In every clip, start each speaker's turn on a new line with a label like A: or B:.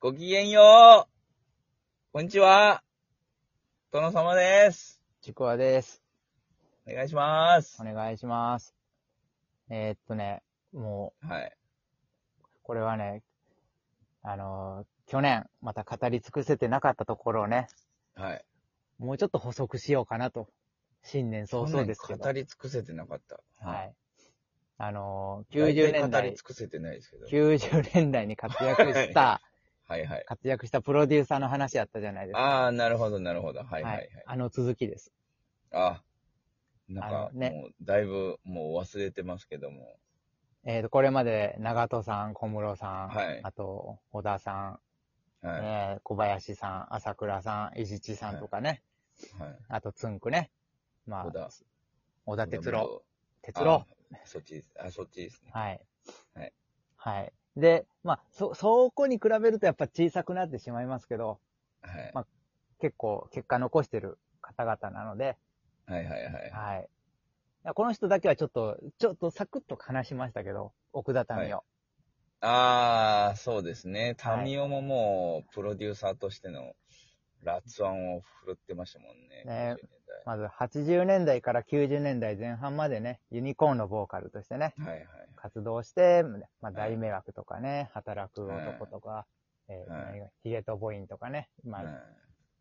A: ごきげんよう。こんにちは。殿様です。
B: ちくわです。
A: お願いします
B: お。願いします。えーっとね、も
A: はい。
B: う、これはね、あのー去年、また語り尽くせてなかったところをね、
A: はい。
B: もうちょっと補足しようかなと。新年早々ですけど。
A: 語り尽くせてなかった。。
B: はいい。あのー
A: 90
B: 90
A: 年
B: 年
A: 代。語り
B: 代
A: 尽、くせてないですけど。
B: 90年代に活躍した、
A: はいはい。
B: 活躍したプロデューサーの話やったじゃないですか。
A: ああ、なるほど、なるほど。はいはいはい。
B: あの続きです。
A: あなんか
B: あ、のね
A: もう、だいぶ、もう忘れてますけども。
B: えーっと、これまで、長戸さん、小室さん、
A: はい
B: あと、小田さん、
A: はい。は
B: ねえ小林さん、朝倉さん、伊地知さんとかね、
A: い。
B: あとつんくね、まあ、
A: 小田
B: 小田哲郎、哲
A: あ
B: 郎、
A: そっちです。あ、そっちですね。
B: はい。
A: はい。
B: はい。で、まあ、そ、そこに比べるとやっぱ小さくなってしまいますけど、
A: はい。
B: ま結構結果残してる方々なので、
A: はいはいはい。
B: はい。いやこの人だけはちょっと、ちょっとサクッと話しましたけど、奥田民生。
A: はああ、そうですね。
B: はい
A: タミオももう、プロデューサーとしての、辣腕を振るってましたもんね。
B: ね
A: 90
B: まず80年代から90年代前半までね、ユニコーンのボーカルとしてね、
A: 年代はい
B: 活動して、ま
A: は
B: あ、
A: い
B: 大迷惑とかね、働く男とか、えー
A: はい
B: 何がヒゲとボインとかね、ま
A: はい。う
B: あ、
A: ん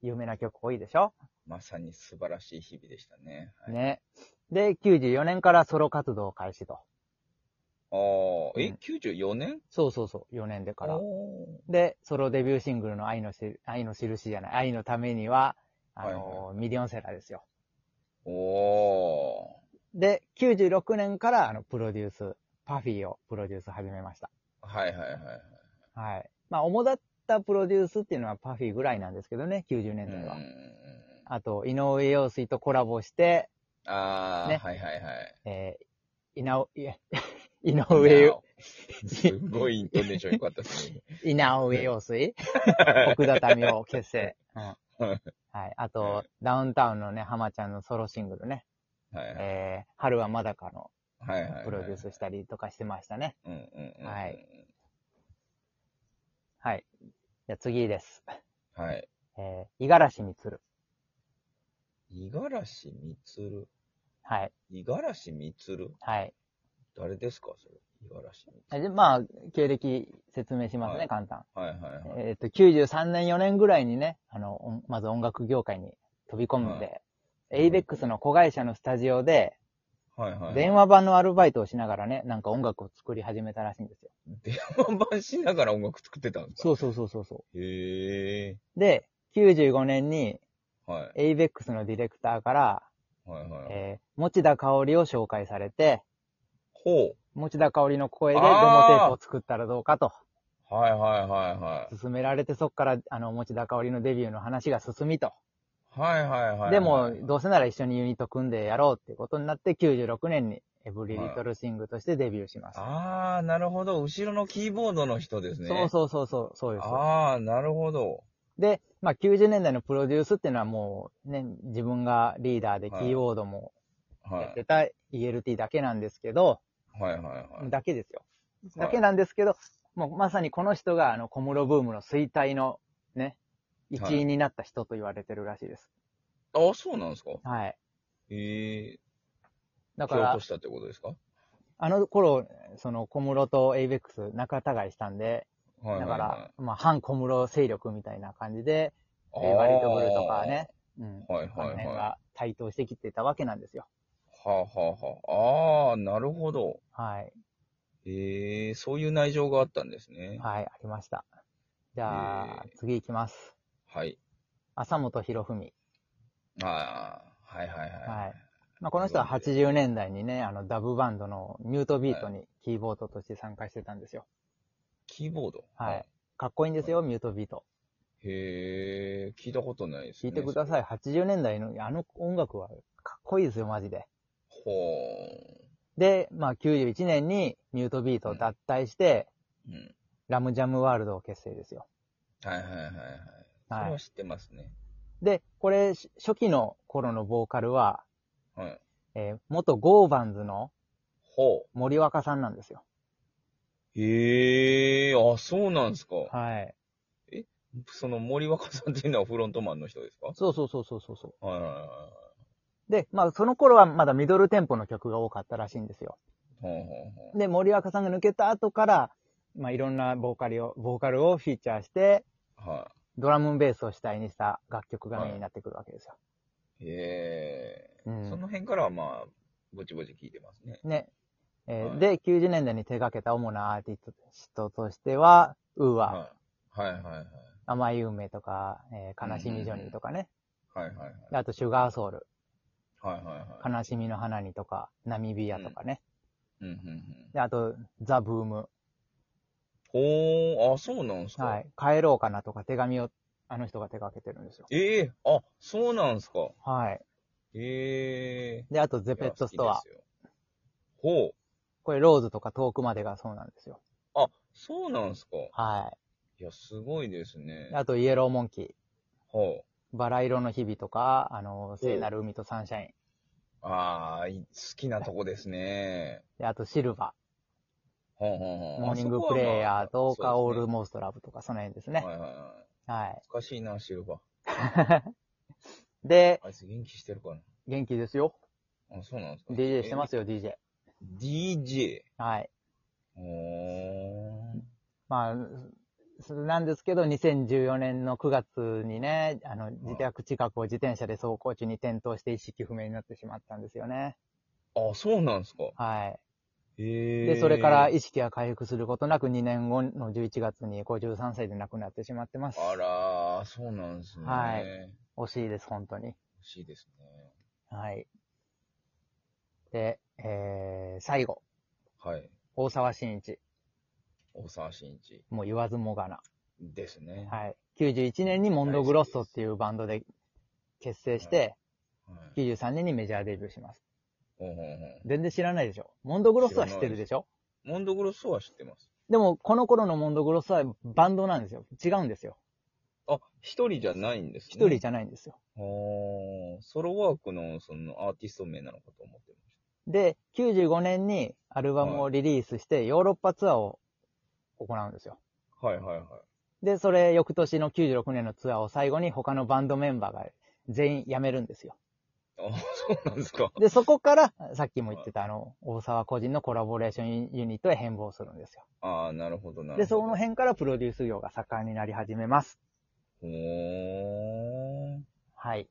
B: 有名な曲多いでしょ、
A: まさに素晴らしい日々でしたね。はい、
B: ね。で、94年からソロ活動を開始と。
A: おー
B: う
A: え
B: ん、
A: 94年
B: そうそうそう、4年でから。
A: お
B: で、ソロデビューシングルの愛のし、愛の印じゃない、愛のためには、あの
A: はい
B: ミリオンセラーですよ。
A: ーお
B: で、96年から、あの、プロデュース、パフィーをプロデュース始めました。
A: ーはいはいはいはい。
B: はい。まあ、主だったプロデュースっていうのはパフィーぐらいなんですけどね、90年代は。
A: うん
B: あと、井上陽水とコラボして、
A: ああ、
B: ね
A: はいはいはい。
B: えー、稲尾、いや 井上、
A: すごいイントネーション良かったです ね。
B: 稲尾陽 水、奥田民を結成。うん、はい。あと、ダウンタウンのね、浜ちゃんのソロシングルね、
A: はいはい
B: えー、春はまだかの
A: はいはいはい。
B: プロデュースしたりとかしてましたね。
A: うんうんうん。
B: はい。はい。じゃあ次です。
A: はい。
B: えー、五十嵐光。
A: 五十嵐光。
B: はい。
A: 五十嵐光
B: はい。
A: 誰ですかそれ。五十嵐光。
B: で、まあ、経歴説明します
A: は
B: ね、
A: い
B: 簡単。
A: はいはいはい。
B: えっ、と、93年、4年ぐらいにね、あの、おんまず音楽業界に飛び込むんで、
A: い
B: エイベックスの子会社のスタジオで、
A: はいはいはい。
B: 電話版のアルバイトをしながらね、なんか音楽を作り始めたらしいんですよ。
A: 電話版しながら音楽作ってたんですか
B: そうそうそうそうそ
A: へえ。
B: う。で、95年に、
A: はい。
B: エイベックスのディレクターから、
A: はいはい。
B: えー、持田香織を紹介されて、
A: ほ
B: 持田香織の声でデモテープを作ったらどうかと、
A: う。はいはいはいはい。
B: 勧められて、そっから、あの、持田香織のデビューの話が進みと。
A: はいはいはい。
B: でも、どうせなら一緒にユニット組んでやろうっていうことになって、96年にエブリリトルシングとしてデビューします。
A: ああ、なるほど。後ろのキーボードの人ですね。
B: そうそうそうそう、そうです。
A: ああ、なるほど。
B: で、まあ、90年代のプロデュースっていうのはもう、ね、自分がリーダーでキ
A: はい
B: ーボードも
A: は
B: やっ
A: い
B: て。た ELT だけなんですけど、
A: はいはいはい。
B: だけですよ。
A: はい
B: だけなんですけど、もうまさにこの人が、あの、小室ブームの衰退のね、一
A: はい
B: 員になった人と言われてるらしいです。
A: ああ、そうなんですか
B: はい。
A: ええ
B: だ
A: ー。蹴
B: か
A: 落
B: ら
A: と、したってことですか
B: あの頃、その小室とエイベックス仲違いしたんで、
A: はいはいはい。
B: だから、まあ、反小室勢力みたいな感じで、
A: あー、
B: レバリトブルとかね、うん。
A: はい
B: あ
A: は
B: の
A: いはい。
B: 辺
A: は
B: が台頭してきてたわけなんですよ。
A: あはあはあ。ああ、なるほど。
B: はい。
A: ええー、そういう内情があったんですね。
B: はい、ありました。じゃあ、
A: え
B: 次行きます。
A: はい。
B: 浅本博文。
A: ああ、はいはいはい。
B: はいまあ、この人は
A: そうで
B: 80年代にね、あの、ダブバンドのミュートビートにキーボードとして参加してたんですよ。
A: キーボード
B: はい。かっこいいんですよ、ミュートビート。
A: へえ、聞いたことないです
B: 聞
A: ね。
B: いてくださ
A: い。
B: い。80年代のあの音楽はかっこいいですよ、マジで。
A: ほ
B: で、まあ、91年にミュートビートを脱退して、
A: ー。うん。
B: ラムジャムワールドを結成ですよ。
A: はいはいはいはい。そ
B: は。
A: れはい知ってますね。
B: で、これ、し初期の頃のボーカルは、
A: はい。
B: えー元ゴーバンズの
A: ほ
B: 森若さんなんですよ。
A: う。へえ、あ、そうなんですか。
B: はい。
A: えその森若さんっていうのはフロントマンの人ですか
B: そうそうそうそうそうそ
A: はいはいは
B: う。で、まあ、その頃はまだミドルテンポの曲が多かったらしいんですよ。
A: いほうほうほ
B: で、森若さんが抜けた後から、まあ、いろんなボーカルを、ボーカルをフィーチャーして、
A: う。は
B: ドラムベースを主体にした楽曲がメインになってくるわけですよ。
A: い。え
B: う
A: えそ
B: ん。
A: の辺からはまあ、ぼちぼち聞いてますね。
B: ね。えー
A: はい
B: で、90年代に手掛けた主なアーティストとしては、ウーア、
A: はい。はいはいはい。
B: 甘い運命とか、えー悲しみジョニーとかね。
A: はいはいはい。
B: あと、シュガーソウル、
A: はいはいはい。
B: 悲しみの花にとか、ナミビアとかね。
A: うんうんうん。
B: であと、ザ・ブーム。
A: ほー、あ、そうなんすか。
B: はい。帰ろうかなとか、手紙を、あの人が手掛けてるんですよ。
A: ええあ、そうなんすか。
B: はい。
A: ええ
B: で、あと、ゼペットストア。。
A: いや好きですよほう。
B: これ、ローズとか遠くまでがそうなんですよ。
A: あ、そうなんすか。
B: はい
A: や、すごいですね
B: い。。あと、イエローモンキー。
A: ほう。
B: バラ色の日々とか、あの、聖なる海とサンシャイン。
A: ああ、い好きなとこですね。
B: で、あと、シルバ
A: ほうほう
B: ー。
A: ほう。
B: モーニングプレイヤーとか、オール
A: も
B: モーストラブとか、その辺です
A: ね。
B: ね。
A: はいはいはい。
B: はい。
A: 懐かしいな、シルバー。
B: で、
A: あいつ元気してるか
B: 元気ですよ。
A: な。あ、そうなんですか。
B: DJ してますよ、DJ。
A: え。DJ。
B: はい。
A: おー。
B: まあ、そなんですけど、2014年の9月にね、あの、自宅近くを自転車で走行中に転倒して意識不明になってしまったんですよね。
A: あ、そうなんですか。
B: はい。
A: へえ。
B: で、それから意識が回復することなく2年後の11月に53歳で亡くなってしまってます。
A: あらー、そうなんですね。
B: はい
A: 欲
B: 惜しいです、本当に。
A: しいですね。
B: はい。で、えー、最後。
A: はい。
B: 大沢慎一。
A: 大沢慎一
B: もう言わずもがな。
A: ですね。
B: はい。91年にモンドグロッソっていうバンドで結成して、
A: はい。
B: 93年にメジャーデビューします。
A: ほうほうほう
B: 全然知らないでしょ。モンドグロッソは知ってるでしょ
A: モンドグロスは知ってます。
B: でも、この頃のモンドグロッソはバンドなんですよ。違うんですよ。
A: あ、一人じゃないんですね。
B: 一人じゃないんですよ。
A: おーソロワークの、その、アーティスト名なのかと思ってまし
B: で、95年にアルバムをリリースして、ヨーロッパツアーを行うんですよ。
A: た。はいはいはい。
B: で、それ、翌年の96年のツアーを最後に他のバンドメンバーが全員辞めるんですよ。
A: あ、そうなんですか。
B: で、そこから、さっきも言ってた、あの、大沢個人のコラボレーションユニットへ変貌するんですよ。
A: ああ、なるほどなるほど。
B: で、その辺からプロデュース業が盛んになり始めます。
A: ほー。
B: はい。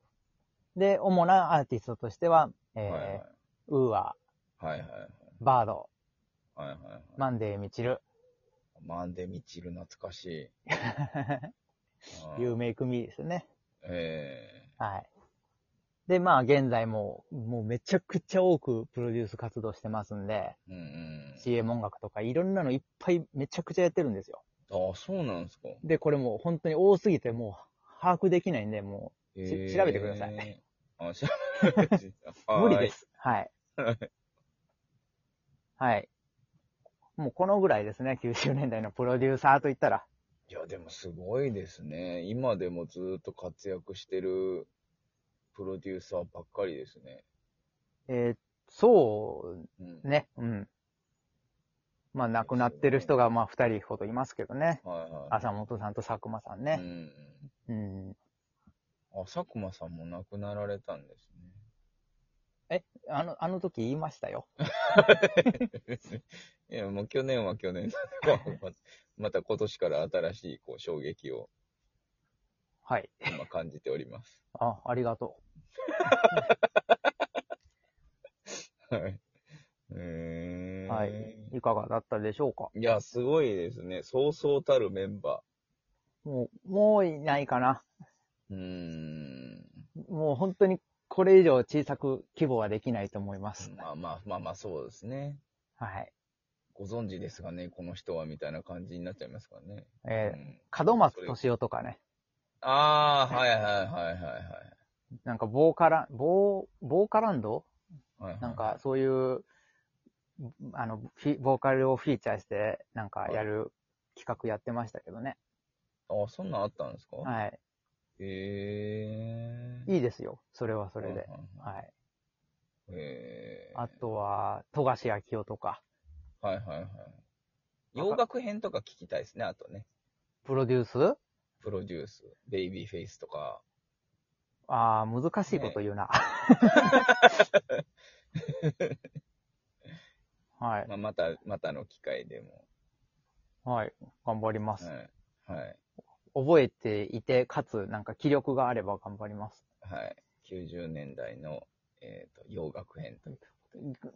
B: で、主なアーティストとしては、えー
A: はいはい。
B: ウーア
A: はいはい
B: ー、バード、
A: はい。はいはい。
B: マンデー・ミチル、
A: マンデミチル懐か しい。
B: You Make Me ですね。
A: え
B: はい。で、まあ、現在もう、もうめちゃくちゃ多くプロデュース活動してますんで、
A: えうん
B: CM 音楽とかいろんなのいっぱいめちゃくちゃやってるんですよ。
A: うん。あそうなんですか。
B: で、これもう本当に多すぎてもう把握できないんで、も
A: え
B: 調べてください。
A: あ、しゃ。
B: う無理ですす。はい。はい。もうこのぐらいですね、90年代のプロデューサーといったら。
A: いや、でもすごいですね。今でもずっと活躍してるプロデューサーばっかりですね。
B: えーそ
A: うん
B: う。ね、うん。まあ、亡くなってる人が、まあ、2人ほどいますけどね。
A: はいはい。
B: 浅本さんと佐久間さん
A: う
B: ね。
A: ん。
B: うん。
A: あ、佐久間さんも亡くなられたんです
B: あの、あの時言いましたよ。
A: ね。 いや、もう去年は去年なんで、ままた今年から新しいこう衝撃を
B: はい。
A: 今感じております。
B: あ、ありがと
A: はい。え
B: う。
A: ー、
B: はい。いかがだったでしょうか
A: いや、すごいですね。そうそうたるメンバ
B: もう、もういないかな。
A: ー。うーん。
B: もう本当にこれ以上小さく規模はできないと思います。
A: まあまあ、まあまあ、そうですね。
B: はい。
A: ご存知ですがね、この人はみたいな感じになっちゃいますからね。う
B: えー、
A: ん、
B: 門松敏夫とかね。
A: ああ、はいはいはいはいはい
B: なんかボーカラン、ボー、ボーカランド
A: はいはい。
B: なんかそういう、あの、フィボーカルをフィーチャーして、なんかやる企画やってましたけどね。
A: あ、そんなんあったんですか
B: は
A: へえ。
B: い。いいですよ。それはそ
A: そ
B: れで。
A: は
B: はい。
A: い。へえ。
B: あとは、富樫明夫とか、
A: はいはいはい。洋楽編とか聞きたいですね、あとね。
B: プロデュース
A: プロデュース、ベイビーフェイスとか、
B: ああ、難しいこと言うな。は い
A: ま。あ、また、またの機会でも、
B: はい。頑張ります。
A: はい。はい。
B: 覚えていて、かつ、なんか気力があれば頑張ります。
A: はい。90年代の、えっ、と、洋楽編という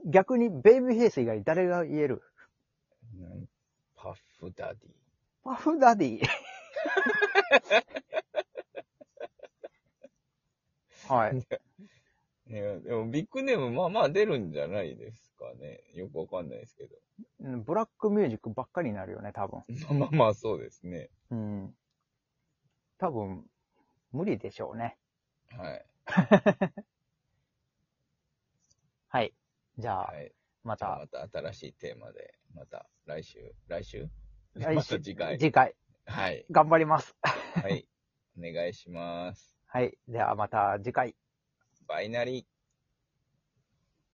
B: 逆に、ベイビーフェイス以外誰が言える
A: うんパフダディ。
B: パフダデ ィ。はい。
A: いや、でもビッグネーム、まあまあ出るんじゃないですかね。よくわかんないですけど。
B: うんブラックミュージックばっかりになるよね、多分。
A: まあまあまあ、そうですね。
B: うん。多分、無理でしょうね。
A: はい。
B: はい。じゃあ
A: は、い。
B: ま
A: じゃあ
B: た、
A: また新しいテーマで、また来週、来週
B: 来
A: また
B: 週、
A: 次回。
B: 次回、
A: はい。
B: 頑張ります。
A: はい。お願いします。
B: はい。ではまた次回。
A: バイナリー。